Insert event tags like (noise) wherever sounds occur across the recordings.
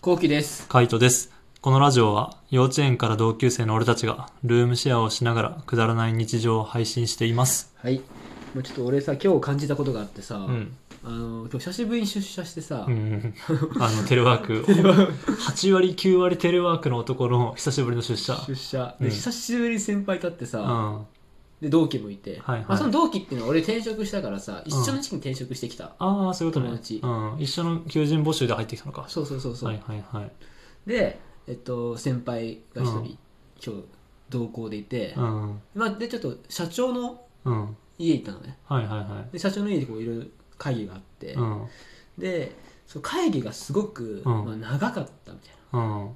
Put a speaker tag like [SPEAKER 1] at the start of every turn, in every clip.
[SPEAKER 1] こうきです。
[SPEAKER 2] カイトです。このラジオは幼稚園から同級生の俺たちがルームシェアをしながらくだらない日常を配信しています。
[SPEAKER 1] はい。もうちょっと俺さ、今日感じたことがあってさ、
[SPEAKER 2] うん。
[SPEAKER 1] あの、今日久しぶりに出社してさ、
[SPEAKER 2] うんうんうん。あの、テレワーク。8割、9割テレワークの男の久しぶりの出社。
[SPEAKER 1] 出社、で
[SPEAKER 2] うん
[SPEAKER 1] 久しぶりに先輩立ってさ、
[SPEAKER 2] うん。あ
[SPEAKER 1] で、同期もいて、
[SPEAKER 2] はいはい
[SPEAKER 1] まあ、その同期っていうのは俺転職したからさ、一緒の時期に転職してきた。
[SPEAKER 2] あ、そういうことね。
[SPEAKER 1] 友達
[SPEAKER 2] うん。一緒の求人募集で入ってきたのか。
[SPEAKER 1] そうそうそうそう。
[SPEAKER 2] はいはいはい。
[SPEAKER 1] で、えっと、先輩が一人、
[SPEAKER 2] うん
[SPEAKER 1] 今日、同行でいて、
[SPEAKER 2] うん。
[SPEAKER 1] まあ、で、ちょっと社長の
[SPEAKER 2] うん。
[SPEAKER 1] 家行ったのね。
[SPEAKER 2] はいはいは
[SPEAKER 1] で、社長の家でこういろいろ会議があって、
[SPEAKER 2] い。うん。
[SPEAKER 1] で、その会議がすごく、
[SPEAKER 2] うん
[SPEAKER 1] まあ、長かったみたいな。
[SPEAKER 2] うん。
[SPEAKER 1] あ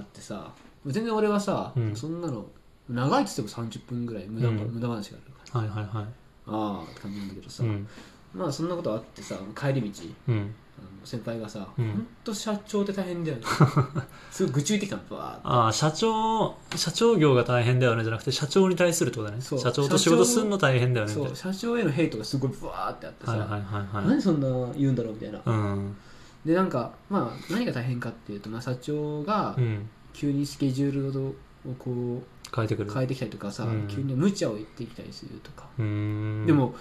[SPEAKER 1] ってさ全然俺はさ、
[SPEAKER 2] うん
[SPEAKER 1] そんなの長いっつっても30分ぐらい無駄,、
[SPEAKER 2] うん
[SPEAKER 1] 無駄話があるから
[SPEAKER 2] はいはいは
[SPEAKER 1] ああって感じなんだけどさ、
[SPEAKER 2] い。うん。
[SPEAKER 1] まあそんなことあってさ帰り道
[SPEAKER 2] うん。
[SPEAKER 1] あの先輩がさ、
[SPEAKER 2] うん
[SPEAKER 1] ほんと社長って大変
[SPEAKER 2] (laughs)
[SPEAKER 1] だよねすごい愚痴言ってきたのバー
[SPEAKER 2] ああ、社長、社長業が大変だよねじゃなくて、社長に対するってことだね。
[SPEAKER 1] そう
[SPEAKER 2] 社長と仕事すんの大変だよ
[SPEAKER 1] ッ
[SPEAKER 2] ね
[SPEAKER 1] そ
[SPEAKER 2] みたいう
[SPEAKER 1] 社長へのヘイトがすごいブワーってあって
[SPEAKER 2] な。
[SPEAKER 1] さ、
[SPEAKER 2] はいはいはいはい
[SPEAKER 1] 何。そんな言うんだろうみたいな、
[SPEAKER 2] うん。
[SPEAKER 1] でなんかまあ何が大変かっていうと、まあ、社長が
[SPEAKER 2] うん。
[SPEAKER 1] 急にスケジュールをこ
[SPEAKER 2] 変えてくる。
[SPEAKER 1] う変えてきたりとかさ、
[SPEAKER 2] うん
[SPEAKER 1] 急に無茶を言ってきたりするとか、
[SPEAKER 2] うーん。
[SPEAKER 1] で、も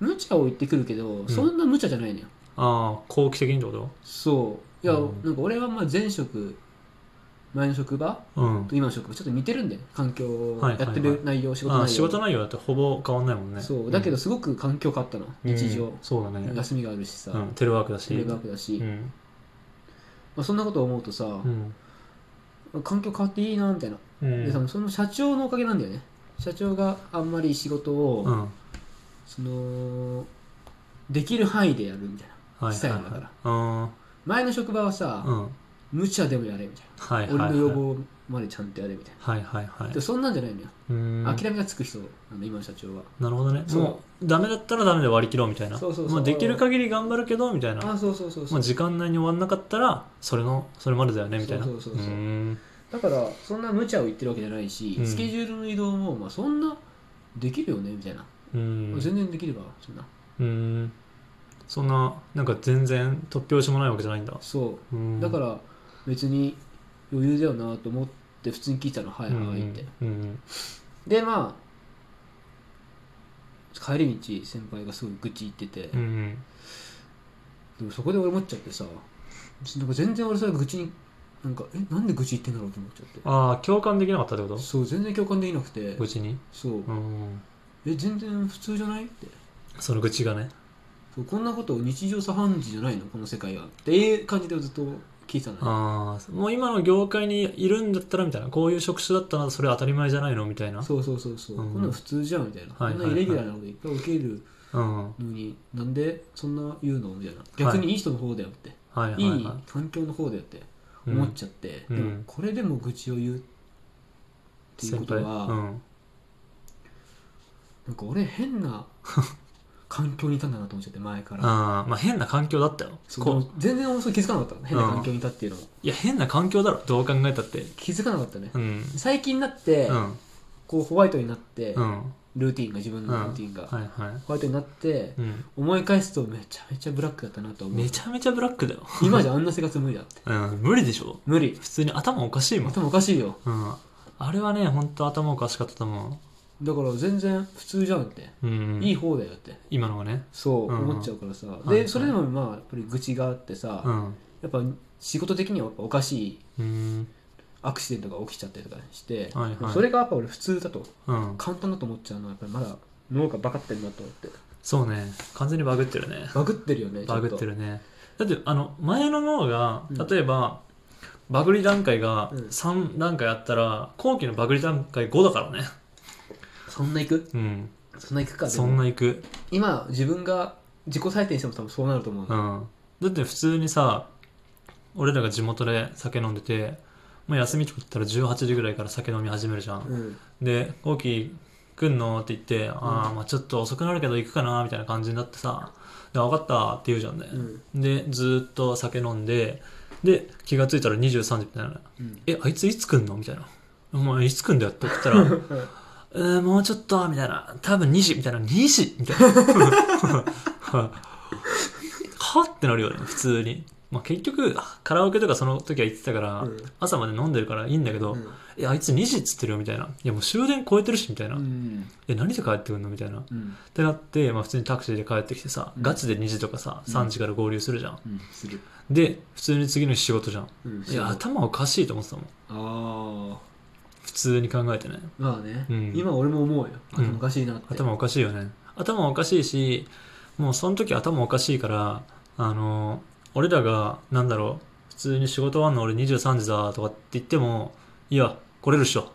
[SPEAKER 1] 無茶を言ってくるけど、そんな無茶じゃないのよ
[SPEAKER 2] ああ、後期的にってこ
[SPEAKER 1] そういや、
[SPEAKER 2] うん
[SPEAKER 1] なんか俺はまあ前職前の職場
[SPEAKER 2] とうん。
[SPEAKER 1] と今の職場ちょっと似てるんだよね環境
[SPEAKER 2] はいはい
[SPEAKER 1] や
[SPEAKER 2] はい
[SPEAKER 1] ってる内容、仕事
[SPEAKER 2] あ
[SPEAKER 1] 内
[SPEAKER 2] あ
[SPEAKER 1] 容
[SPEAKER 2] 仕事内容だってほぼ変わんないもんね。
[SPEAKER 1] そうだけど
[SPEAKER 2] ん、
[SPEAKER 1] すごく環境変わったの日
[SPEAKER 2] う
[SPEAKER 1] 常
[SPEAKER 2] ん、そうだね。
[SPEAKER 1] 休みがあるしさ、
[SPEAKER 2] うん、テレワークだし。
[SPEAKER 1] テレワークだし、
[SPEAKER 2] う
[SPEAKER 1] ま
[SPEAKER 2] ん。
[SPEAKER 1] あ、そんなことを思うとさ、
[SPEAKER 2] うん。
[SPEAKER 1] 環境変わっていいなみたいな、
[SPEAKER 2] う
[SPEAKER 1] で多
[SPEAKER 2] ん。
[SPEAKER 1] 分その社長のおかげなんだよね社長があんまり仕事を、
[SPEAKER 2] うん。はい
[SPEAKER 1] そのできる範囲でやるみたいな
[SPEAKER 2] はい
[SPEAKER 1] スタイルだから
[SPEAKER 2] はい。
[SPEAKER 1] 前の職場はさ、
[SPEAKER 2] うん。うん。
[SPEAKER 1] 無茶でもやれみたい
[SPEAKER 2] はいはい
[SPEAKER 1] な、
[SPEAKER 2] はい。
[SPEAKER 1] 俺の要望までちゃんとやれみたいな、
[SPEAKER 2] はいはいはい
[SPEAKER 1] でも。そんなんじゃないのよ、
[SPEAKER 2] うーん。な
[SPEAKER 1] 諦めがつく人なんだ今の社長は
[SPEAKER 2] るほどね。
[SPEAKER 1] そう
[SPEAKER 2] もう、ダメだったらダメで割り切ろうみたいな。
[SPEAKER 1] そうそうそう
[SPEAKER 2] まあできる限り頑張るけど、みたいな。
[SPEAKER 1] あそうそうそうそ
[SPEAKER 2] ま
[SPEAKER 1] う、
[SPEAKER 2] あ時間内に終わんなかったら、それの、それまでだよね、みたいな。
[SPEAKER 1] そうそうそうそう
[SPEAKER 2] ーん。
[SPEAKER 1] だからそんな無茶を言ってるわけじゃないし、
[SPEAKER 2] うん
[SPEAKER 1] スケジュールの移動も、まあ、そんなできるよねみたいな、
[SPEAKER 2] うん。
[SPEAKER 1] 全然できればそんな
[SPEAKER 2] うーんそんななんか全然突拍子もないわけじゃないんだ
[SPEAKER 1] そううんだから別に余裕だよなと思って普通に聞いたのはい
[SPEAKER 2] うん
[SPEAKER 1] はいって、
[SPEAKER 2] うんうん
[SPEAKER 1] でまあ帰り道先輩がすごい愚痴言ってて、
[SPEAKER 2] うんうん
[SPEAKER 1] でもそこで俺思っちゃってさなんか全然俺それ愚痴になんかえなんで愚痴言ってんだろうと思っちゃって
[SPEAKER 2] ああ共感できなかったってこと
[SPEAKER 1] そう全然共感できなくて
[SPEAKER 2] 愚痴に
[SPEAKER 1] そう
[SPEAKER 2] うん
[SPEAKER 1] え全然普通じゃないって
[SPEAKER 2] その愚痴がね
[SPEAKER 1] そうこんなことを日常茶飯事じゃないのこの世界はっていう感じでずっと聞いてたのね
[SPEAKER 2] ああもう今の業界にいるんだったらみたいなこういう職種だったらそれ当たり前じゃないのみたいな
[SPEAKER 1] そうそうそうそう、
[SPEAKER 2] うん
[SPEAKER 1] こんなの普通じゃんみたいな、
[SPEAKER 2] はいはい
[SPEAKER 1] こんなイレギュラーなこといっぱい受ける
[SPEAKER 2] うんは
[SPEAKER 1] のになんでそんな言うのみたいな逆にいい人の方だよって、
[SPEAKER 2] いはいはい
[SPEAKER 1] い、い
[SPEAKER 2] は
[SPEAKER 1] 環境の方だよって
[SPEAKER 2] い
[SPEAKER 1] 思っちゃって、
[SPEAKER 2] うん
[SPEAKER 1] で
[SPEAKER 2] う
[SPEAKER 1] も
[SPEAKER 2] ん
[SPEAKER 1] これでも愚痴を言うっていうことは、
[SPEAKER 2] うん
[SPEAKER 1] なんか俺変な環境にいたんだなと思っちゃって前から
[SPEAKER 2] ああまあ変な環境だったよ
[SPEAKER 1] そう
[SPEAKER 2] こう
[SPEAKER 1] 全然俺それ気づかなかった変な環境にいたっていうのも、
[SPEAKER 2] いや変な環境だろどう考えたって
[SPEAKER 1] 気づかなかったね
[SPEAKER 2] うん
[SPEAKER 1] 最近になって、
[SPEAKER 2] うん
[SPEAKER 1] こうホワイトになって、
[SPEAKER 2] うん
[SPEAKER 1] ルーティンが自分の
[SPEAKER 2] うん
[SPEAKER 1] ルーティンが、
[SPEAKER 2] はいは
[SPEAKER 1] ホワイトになって
[SPEAKER 2] いうん
[SPEAKER 1] 思い返すとめちゃめちゃブラックだったなと思う
[SPEAKER 2] めちゃめちゃブラックだよ
[SPEAKER 1] 今じゃあんな生活無理だって
[SPEAKER 2] うん無理でしょ
[SPEAKER 1] 無理
[SPEAKER 2] 普通に頭おかしいもん、
[SPEAKER 1] 頭おかしいよ
[SPEAKER 2] うん、あれはね本当頭おかしかったと思
[SPEAKER 1] だから全然普通じゃんって、
[SPEAKER 2] う、うん、
[SPEAKER 1] いい方だよって
[SPEAKER 2] 今のはね
[SPEAKER 1] そう
[SPEAKER 2] うんうん
[SPEAKER 1] 思っちゃうからさ、
[SPEAKER 2] はいは
[SPEAKER 1] で
[SPEAKER 2] い
[SPEAKER 1] それでもまあやっぱり愚痴があってさ、
[SPEAKER 2] うん
[SPEAKER 1] やっぱ仕事的にはやっぱおかしい
[SPEAKER 2] うん
[SPEAKER 1] アクシデントが起きちゃったりとかして、
[SPEAKER 2] はいはい
[SPEAKER 1] それがやっぱ俺普通だと
[SPEAKER 2] うん
[SPEAKER 1] 簡単だと思っちゃうのはやっぱりまだ脳がバカってるなと思って
[SPEAKER 2] そうね完全にバグってるね
[SPEAKER 1] バグってるよね
[SPEAKER 2] バグって
[SPEAKER 1] る
[SPEAKER 2] るねだってあの前の脳が
[SPEAKER 1] うん
[SPEAKER 2] 例えば、バグり段階が
[SPEAKER 1] うん
[SPEAKER 2] 3段階あったら後期のバグり段階5だからね
[SPEAKER 1] そんな行く
[SPEAKER 2] うん
[SPEAKER 1] そんな行くかでも
[SPEAKER 2] そんないく
[SPEAKER 1] 今自分が自己採点しても多分そうなると思う
[SPEAKER 2] う
[SPEAKER 1] の、
[SPEAKER 2] んだって普通にさ俺らが地元で酒飲んでてもう休みとかだったら18時ぐらいから酒飲み始めるじゃん
[SPEAKER 1] うん
[SPEAKER 2] で「コウキ来んの?」って言って「ああまあちょっと遅くなるけど行くかな」みたいな感じになってさ「で分かった」って言うじゃんね、でずーっと酒飲んでで気がついたら23時みたいな
[SPEAKER 1] うん
[SPEAKER 2] 「えあいついつ来んの?」みたいな「お前いつ来んだよ」って言ったら
[SPEAKER 1] (laughs)
[SPEAKER 2] 「えーもうちょっと」みたいな「多分2時」みたいな「2時」みたいなはぁってなるよね普通にまあ、結局カラオケとかその時は行ってたから、
[SPEAKER 1] うん
[SPEAKER 2] 朝まで飲んでるからいいんだけど、
[SPEAKER 1] うん
[SPEAKER 2] いやあいつ2時っつってるよみたいないやもう終電超えてるしみたいな、
[SPEAKER 1] うん
[SPEAKER 2] え何で帰ってくんのみたいなっ
[SPEAKER 1] うん
[SPEAKER 2] てなって、まあ、普通にタクシーで帰ってきてさ、
[SPEAKER 1] うん
[SPEAKER 2] ガチで2時とかさ
[SPEAKER 1] うん
[SPEAKER 2] 3時から合流するじゃん、
[SPEAKER 1] うんする
[SPEAKER 2] で普通に次の日仕事じゃん
[SPEAKER 1] うん
[SPEAKER 2] いや
[SPEAKER 1] あ
[SPEAKER 2] 頭おかしいと思ってたもん
[SPEAKER 1] あ
[SPEAKER 2] 普通に考えてね
[SPEAKER 1] ーまあね、
[SPEAKER 2] うん
[SPEAKER 1] 今俺も思うよ
[SPEAKER 2] うん
[SPEAKER 1] 頭おかしいなって、
[SPEAKER 2] 頭おかしいよね頭おかしいしもうその時頭おかしいからあの俺らがなんだろう普通に仕事終わんの俺23時だとかって言ってもいや来れるっしょ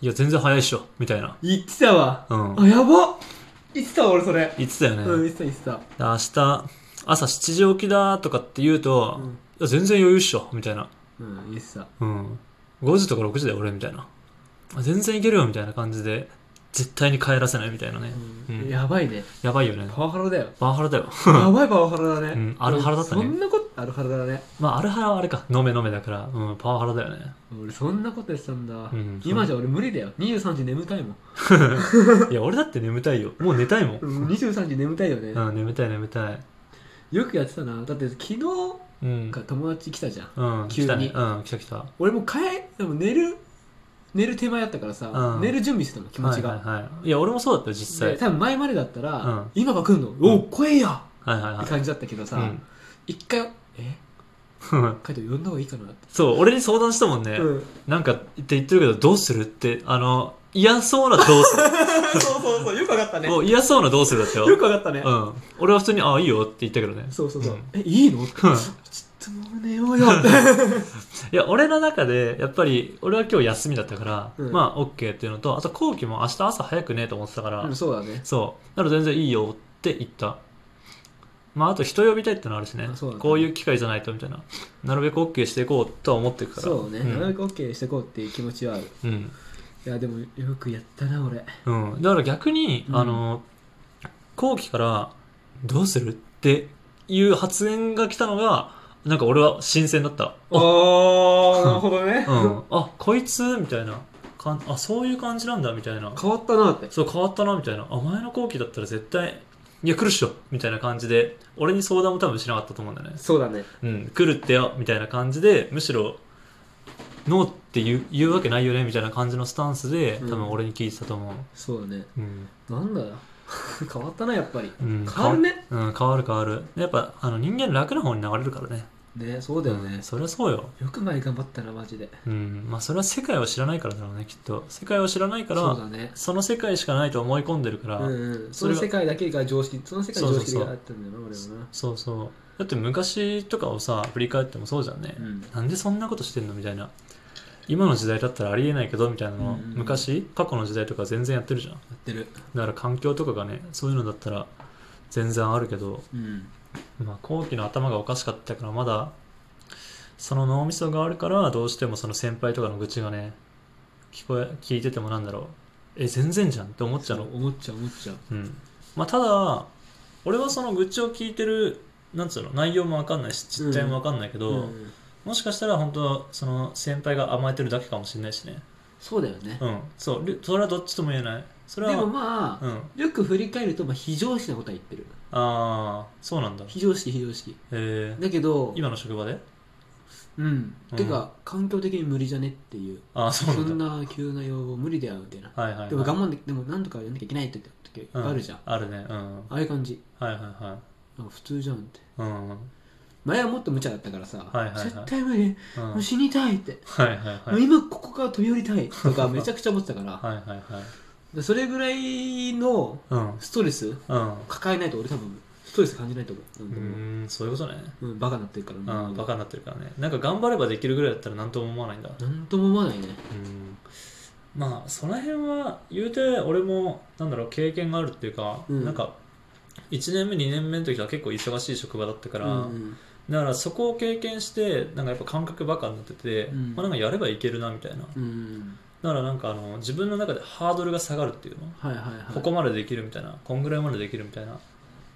[SPEAKER 2] いや全然早いっしょみたいな
[SPEAKER 1] 言ってたわ
[SPEAKER 2] うん
[SPEAKER 1] あやばっ言ってたわ俺それ
[SPEAKER 2] 言ってたよね、
[SPEAKER 1] うん
[SPEAKER 2] で
[SPEAKER 1] 言ってた言ってた
[SPEAKER 2] 明日朝7時起きだとかって言うと、
[SPEAKER 1] う
[SPEAKER 2] い
[SPEAKER 1] ん
[SPEAKER 2] や全然余裕っしょみたいな
[SPEAKER 1] うん言ってた
[SPEAKER 2] うん5時とか6時だよ俺みたいなあ全然いけるよみたいな感じで絶対に帰らせないみたいなね、
[SPEAKER 1] うん
[SPEAKER 2] うん
[SPEAKER 1] やばいね
[SPEAKER 2] やばいよね
[SPEAKER 1] パワハラだ
[SPEAKER 2] (laughs)
[SPEAKER 1] よ
[SPEAKER 2] パワハラだよ
[SPEAKER 1] やばいパワハラだね、
[SPEAKER 2] うんあるハラだったね
[SPEAKER 1] 俺そんなことあるハラだね
[SPEAKER 2] まあ、アルハラはあれか、飲め飲めだから、うん、パワハラだよね。
[SPEAKER 1] 俺そんなことやってたんだ、
[SPEAKER 2] ん
[SPEAKER 1] 今じゃ俺無理だよ23時眠たいもん
[SPEAKER 2] いや、俺だって眠たいよ。もう寝たいもん。
[SPEAKER 1] うん23時眠たいよね、
[SPEAKER 2] うん、眠たい眠たい。
[SPEAKER 1] よくやってたなだって昨日
[SPEAKER 2] うん
[SPEAKER 1] か。友達来たじゃん
[SPEAKER 2] うん、
[SPEAKER 1] 急
[SPEAKER 2] 来
[SPEAKER 1] に
[SPEAKER 2] たね。うん、来た来た。
[SPEAKER 1] 俺もう帰でも寝る寝る手前やったからさ、
[SPEAKER 2] うん
[SPEAKER 1] 寝る準備してたの気持ちが、
[SPEAKER 2] はいはいはい。いや、俺もそうだったよ、実際。
[SPEAKER 1] で多分前までだったら、
[SPEAKER 2] うん
[SPEAKER 1] 今が来るの、
[SPEAKER 2] ん
[SPEAKER 1] おお来いや
[SPEAKER 2] はいはい
[SPEAKER 1] っ
[SPEAKER 2] は
[SPEAKER 1] て感じだったけどさ、
[SPEAKER 2] うん
[SPEAKER 1] 一回え
[SPEAKER 2] い。
[SPEAKER 1] カイト呼んだ方がいいかなって、
[SPEAKER 2] (laughs) そう、俺に相談したもんね。
[SPEAKER 1] うん、
[SPEAKER 2] なんか、って言ってるけど、どうするって、あの、嫌そうなどう
[SPEAKER 1] (laughs)
[SPEAKER 2] す
[SPEAKER 1] そうそうそうよくわかったね
[SPEAKER 2] る。
[SPEAKER 1] よ
[SPEAKER 2] もう嫌そうなどうするだったよ。
[SPEAKER 1] くわかったね、
[SPEAKER 2] うん。俺は普通に、ああ、いいよって言ったけどね。
[SPEAKER 1] そうそうそう、
[SPEAKER 2] うん
[SPEAKER 1] えいいのってちょ
[SPEAKER 2] うん
[SPEAKER 1] っともう寝ようよ (laughs)
[SPEAKER 2] いや、俺の中で、やっぱり、俺は今日休みだったから、
[SPEAKER 1] うん
[SPEAKER 2] まあ、OK っていうのと、あと、後期も明日朝早くねと思ってたから、
[SPEAKER 1] うんそうだね
[SPEAKER 2] そう。なら全然いいよって言った。まあ、あと人呼びたいってのはあるしね
[SPEAKER 1] あそうだね
[SPEAKER 2] こういう機会じゃないとみたいな。なるべく OK していこうとは思ってるから。
[SPEAKER 1] そうね、
[SPEAKER 2] ん
[SPEAKER 1] なるべく OK してこうっていう気持ちはある
[SPEAKER 2] うん。
[SPEAKER 1] いやでもよくやったな俺
[SPEAKER 2] うん。だから逆に、
[SPEAKER 1] うん
[SPEAKER 2] あの、後期から、どうするっていう発言が来たのが、なんか俺は新鮮だった。あ、
[SPEAKER 1] ああなるほどね
[SPEAKER 2] うん。あ、こいつみたいな。かんあ、そういう感じなんだみたいな。
[SPEAKER 1] 変わったなって
[SPEAKER 2] そう変わったなみたいなあ前の後期だったら絶対いや来るっしょみたいな感じで俺に相談も多分しなかったと思うんだよね
[SPEAKER 1] そうだね
[SPEAKER 2] うん来るってよみたいな感じでむしろノーって言う言うわけないよねみたいな感じのスタンスで
[SPEAKER 1] うん
[SPEAKER 2] 多分俺に聞いてたと思う
[SPEAKER 1] そうだね
[SPEAKER 2] うん、
[SPEAKER 1] なんだよ (laughs) 変わったなやっぱり
[SPEAKER 2] うん、
[SPEAKER 1] 変わるね
[SPEAKER 2] 変わうん変わる変わるやっぱあの人間楽な方に流れるからね
[SPEAKER 1] ねそうだよね
[SPEAKER 2] ん、そりゃそうよ
[SPEAKER 1] よく前頑張ったなマジで
[SPEAKER 2] うんまあそれは世界を知らないからだろうねきっと世界を知らないから
[SPEAKER 1] そうだね
[SPEAKER 2] その世界しかないと思い込んでるから、
[SPEAKER 1] うんうんそ
[SPEAKER 2] そ
[SPEAKER 1] の
[SPEAKER 2] れが
[SPEAKER 1] 世界だけが常識その世界
[SPEAKER 2] そう
[SPEAKER 1] 常
[SPEAKER 2] そうそう
[SPEAKER 1] 識があったんだよな俺もな
[SPEAKER 2] そうそうだって昔とかをさ振り返ってもそうじゃんね、
[SPEAKER 1] うん
[SPEAKER 2] なんでそんなことしてんのみたいな今の時代だったらありえないけどみたいなの、
[SPEAKER 1] うんうん
[SPEAKER 2] 昔過去の時代とか全然やってるじゃん
[SPEAKER 1] やってる
[SPEAKER 2] だから環境とかがねそういうのだったら全然あるけど、
[SPEAKER 1] うん
[SPEAKER 2] まあ、後期の頭がおかしかったからまだその脳みそがあるからどうしてもその先輩とかの愚痴がね聞こえ聞いててもなんだろうえ全然じゃんって思っちゃうの
[SPEAKER 1] そう思っちゃう思っちゃう
[SPEAKER 2] うんまあ、ただ俺はその愚痴を聞いてるなんつうの内容も分かんないし実態も分かんないけど、
[SPEAKER 1] うん
[SPEAKER 2] もしかしたら本当その先輩が甘えてるだけかもしれないしね
[SPEAKER 1] そうだよね
[SPEAKER 2] うんそうりそれはどっちとも言えないそ
[SPEAKER 1] で
[SPEAKER 2] れは
[SPEAKER 1] もま
[SPEAKER 2] う
[SPEAKER 1] あ
[SPEAKER 2] ん
[SPEAKER 1] よく振り返るとまあ非常識なことは言ってる
[SPEAKER 2] ああそうなんだへ
[SPEAKER 1] 非常識非常識
[SPEAKER 2] え
[SPEAKER 1] だけど
[SPEAKER 2] 今の職場で
[SPEAKER 1] うん
[SPEAKER 2] うん
[SPEAKER 1] てか環境的に無理じゃねっていう
[SPEAKER 2] ああそ
[SPEAKER 1] そう
[SPEAKER 2] なん
[SPEAKER 1] ん
[SPEAKER 2] だ
[SPEAKER 1] な急な要望無理だよみたいな
[SPEAKER 2] はいはい、はい、
[SPEAKER 1] でも我慢ででもなんとかやんなきゃいけないって時
[SPEAKER 2] うん
[SPEAKER 1] あるじゃん
[SPEAKER 2] あるねうんはい
[SPEAKER 1] ああいう感じ
[SPEAKER 2] はいは
[SPEAKER 1] なんか普通じゃんって
[SPEAKER 2] いうんうん
[SPEAKER 1] 前はもっと無茶だったからさ、
[SPEAKER 2] はいはいはい
[SPEAKER 1] 絶対無理、も
[SPEAKER 2] は
[SPEAKER 1] う
[SPEAKER 2] い
[SPEAKER 1] 死にたいって、
[SPEAKER 2] はいは
[SPEAKER 1] も
[SPEAKER 2] い
[SPEAKER 1] う今ここから飛び降りたいとかめちゃくちゃ思ってたから、
[SPEAKER 2] はいはいはい
[SPEAKER 1] (laughs) でそれぐらいの
[SPEAKER 2] うん
[SPEAKER 1] ストレス
[SPEAKER 2] うん
[SPEAKER 1] 抱えないと俺多分ストレス感じないと思う、
[SPEAKER 2] う
[SPEAKER 1] なんとも
[SPEAKER 2] ーんそういうことね
[SPEAKER 1] うんバカになってるからもう
[SPEAKER 2] うん、バカになってるからねなんか頑張ればできるぐらいだったら何とも思わないんだ
[SPEAKER 1] なんとも思わないね
[SPEAKER 2] うんまあその辺は言うて俺もなんだろう経験があるっていうか、
[SPEAKER 1] うん
[SPEAKER 2] なんか1年目2年目の時は結構忙しい職場だったから、
[SPEAKER 1] うん
[SPEAKER 2] だからそこを経験してなんかやっぱ感覚バカになってて、
[SPEAKER 1] うん
[SPEAKER 2] まあ、なんかやればいけるなみたいなだ
[SPEAKER 1] うん、うん、
[SPEAKER 2] からなんかあの自分の中でハードルが下がるっていうの、
[SPEAKER 1] はいはいはい
[SPEAKER 2] ここまでできるみたいなこんぐらいまでできるみたいなだ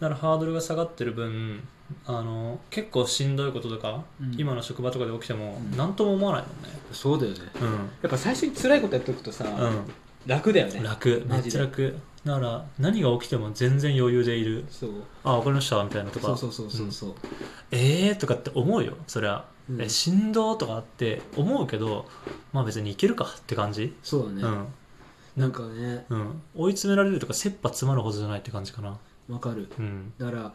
[SPEAKER 2] からハードルが下がってる分あの結構しんどいこととか、
[SPEAKER 1] うん
[SPEAKER 2] 今の職場とかで起きても
[SPEAKER 1] うん
[SPEAKER 2] 何とも思わないもんね
[SPEAKER 1] そうだよね
[SPEAKER 2] うん
[SPEAKER 1] やっぱ最初に辛いことやっておくとさ、
[SPEAKER 2] うん
[SPEAKER 1] 楽だよね
[SPEAKER 2] 楽め
[SPEAKER 1] マ
[SPEAKER 2] っ
[SPEAKER 1] ジ
[SPEAKER 2] ち
[SPEAKER 1] で
[SPEAKER 2] ゃ楽だから何が起きても全然余裕でいる
[SPEAKER 1] そう
[SPEAKER 2] あ分かりましたみたいなとか
[SPEAKER 1] そうそうそうそうそう、
[SPEAKER 2] えーとかって思うよそりゃ、
[SPEAKER 1] うん
[SPEAKER 2] え振動とかって思うけどまあ別にいけるかって感じ、
[SPEAKER 1] そうだね、
[SPEAKER 2] うん
[SPEAKER 1] なんかね
[SPEAKER 2] うん追い詰められるとか切羽詰まるほどじゃないって感じかな
[SPEAKER 1] わかる
[SPEAKER 2] うん
[SPEAKER 1] だから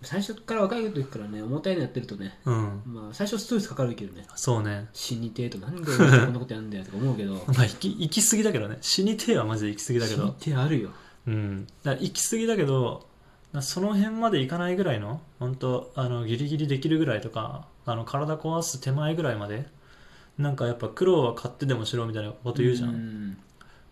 [SPEAKER 1] 最初から若い時からね重たいのやってるとね
[SPEAKER 2] うん
[SPEAKER 1] まあ最初ストレスかかるけどね
[SPEAKER 2] そうね
[SPEAKER 1] 死にてえとなんで
[SPEAKER 2] (laughs)
[SPEAKER 1] 俺こんなことやるんだよとか思うけど
[SPEAKER 2] まあ行き行き過ぎだけどね死にてえはマジで行き過ぎだけ
[SPEAKER 1] 死に
[SPEAKER 2] ど
[SPEAKER 1] てえあるよ
[SPEAKER 2] うんだから行き過ぎだけどなその辺まで行かないぐらいの本当あのギリギリできるぐらいとかあの体壊す手前ぐらいまでなんかやっぱ苦労は買ってでもしろみたいなこと言うじゃん、
[SPEAKER 1] ん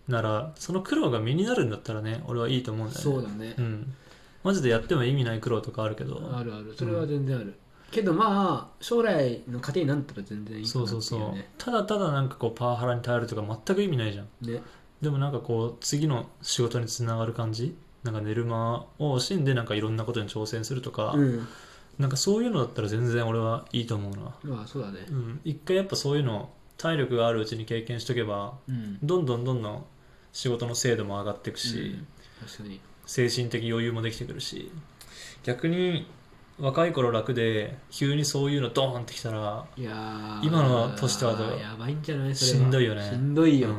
[SPEAKER 2] ならその苦労が身になるんだったらね俺はいいと思うんだよね
[SPEAKER 1] そうだね
[SPEAKER 2] う、ん、マジでやっても意味ない苦労とかあるけど
[SPEAKER 1] あるあるそれは全然ある、けどまあ将来の糧になったら全然いいか
[SPEAKER 2] そ
[SPEAKER 1] な
[SPEAKER 2] う
[SPEAKER 1] ってい
[SPEAKER 2] そうう
[SPEAKER 1] ね
[SPEAKER 2] そうただただなんかこうパワハラに頼るとか全く意味ないじゃん
[SPEAKER 1] ね
[SPEAKER 2] でもなんかこう次の仕事につながる感じなんか寝る間を惜しんでなんかいろんなことに挑戦するとか、
[SPEAKER 1] うん
[SPEAKER 2] なんかそういうのだったら全然俺はいいと思うな、
[SPEAKER 1] まあそうだね
[SPEAKER 2] うん、一回やっぱそういうの体力があるうちに経験しとけば
[SPEAKER 1] うん
[SPEAKER 2] どんどんどんどん仕事の精度も上がっていくし、
[SPEAKER 1] うん確かに
[SPEAKER 2] 精神的余裕もできてくるし逆に若い頃楽で急にそういうのドーンってきたら
[SPEAKER 1] いやー
[SPEAKER 2] 今の年とはどう
[SPEAKER 1] やばいんじゃないそれ
[SPEAKER 2] し
[SPEAKER 1] は
[SPEAKER 2] んどいよね
[SPEAKER 1] しんどいよ、
[SPEAKER 2] うん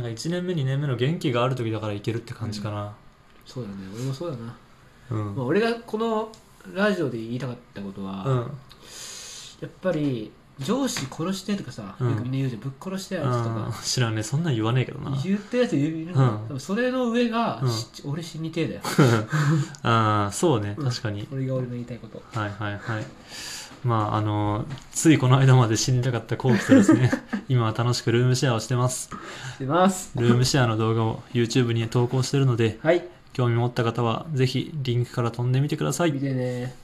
[SPEAKER 2] なんか1年目2年目の元気がある時だからいけるって感じかな
[SPEAKER 1] そうだね俺もそうだな、
[SPEAKER 2] うんう
[SPEAKER 1] まあ、
[SPEAKER 2] ん
[SPEAKER 1] 俺がこのラジオで言いたかったことは、
[SPEAKER 2] う
[SPEAKER 1] や
[SPEAKER 2] ん
[SPEAKER 1] っぱり上司殺してとかさ、
[SPEAKER 2] うん
[SPEAKER 1] よくみんな言うじゃんぶっ殺してあいつとか、
[SPEAKER 2] 知らんねそんなん言わねえけどな
[SPEAKER 1] 言ってるやついるの、
[SPEAKER 2] うん
[SPEAKER 1] 多分それの上が、
[SPEAKER 2] うん
[SPEAKER 1] し俺死にてえ
[SPEAKER 2] (laughs)
[SPEAKER 1] だよ
[SPEAKER 2] ああそうね
[SPEAKER 1] うん
[SPEAKER 2] 確かに
[SPEAKER 1] 俺が俺の言いたいこと
[SPEAKER 2] はいはいはいまああのついこの間まで死にたかった後期とで
[SPEAKER 1] (laughs)
[SPEAKER 2] すね今は楽しくルームシェアをしてます
[SPEAKER 1] してます
[SPEAKER 2] ルームシェアの動画を YouTube に投稿してるので
[SPEAKER 1] はい
[SPEAKER 2] 興味持った方はぜひリンクから飛んでみてください
[SPEAKER 1] 見てね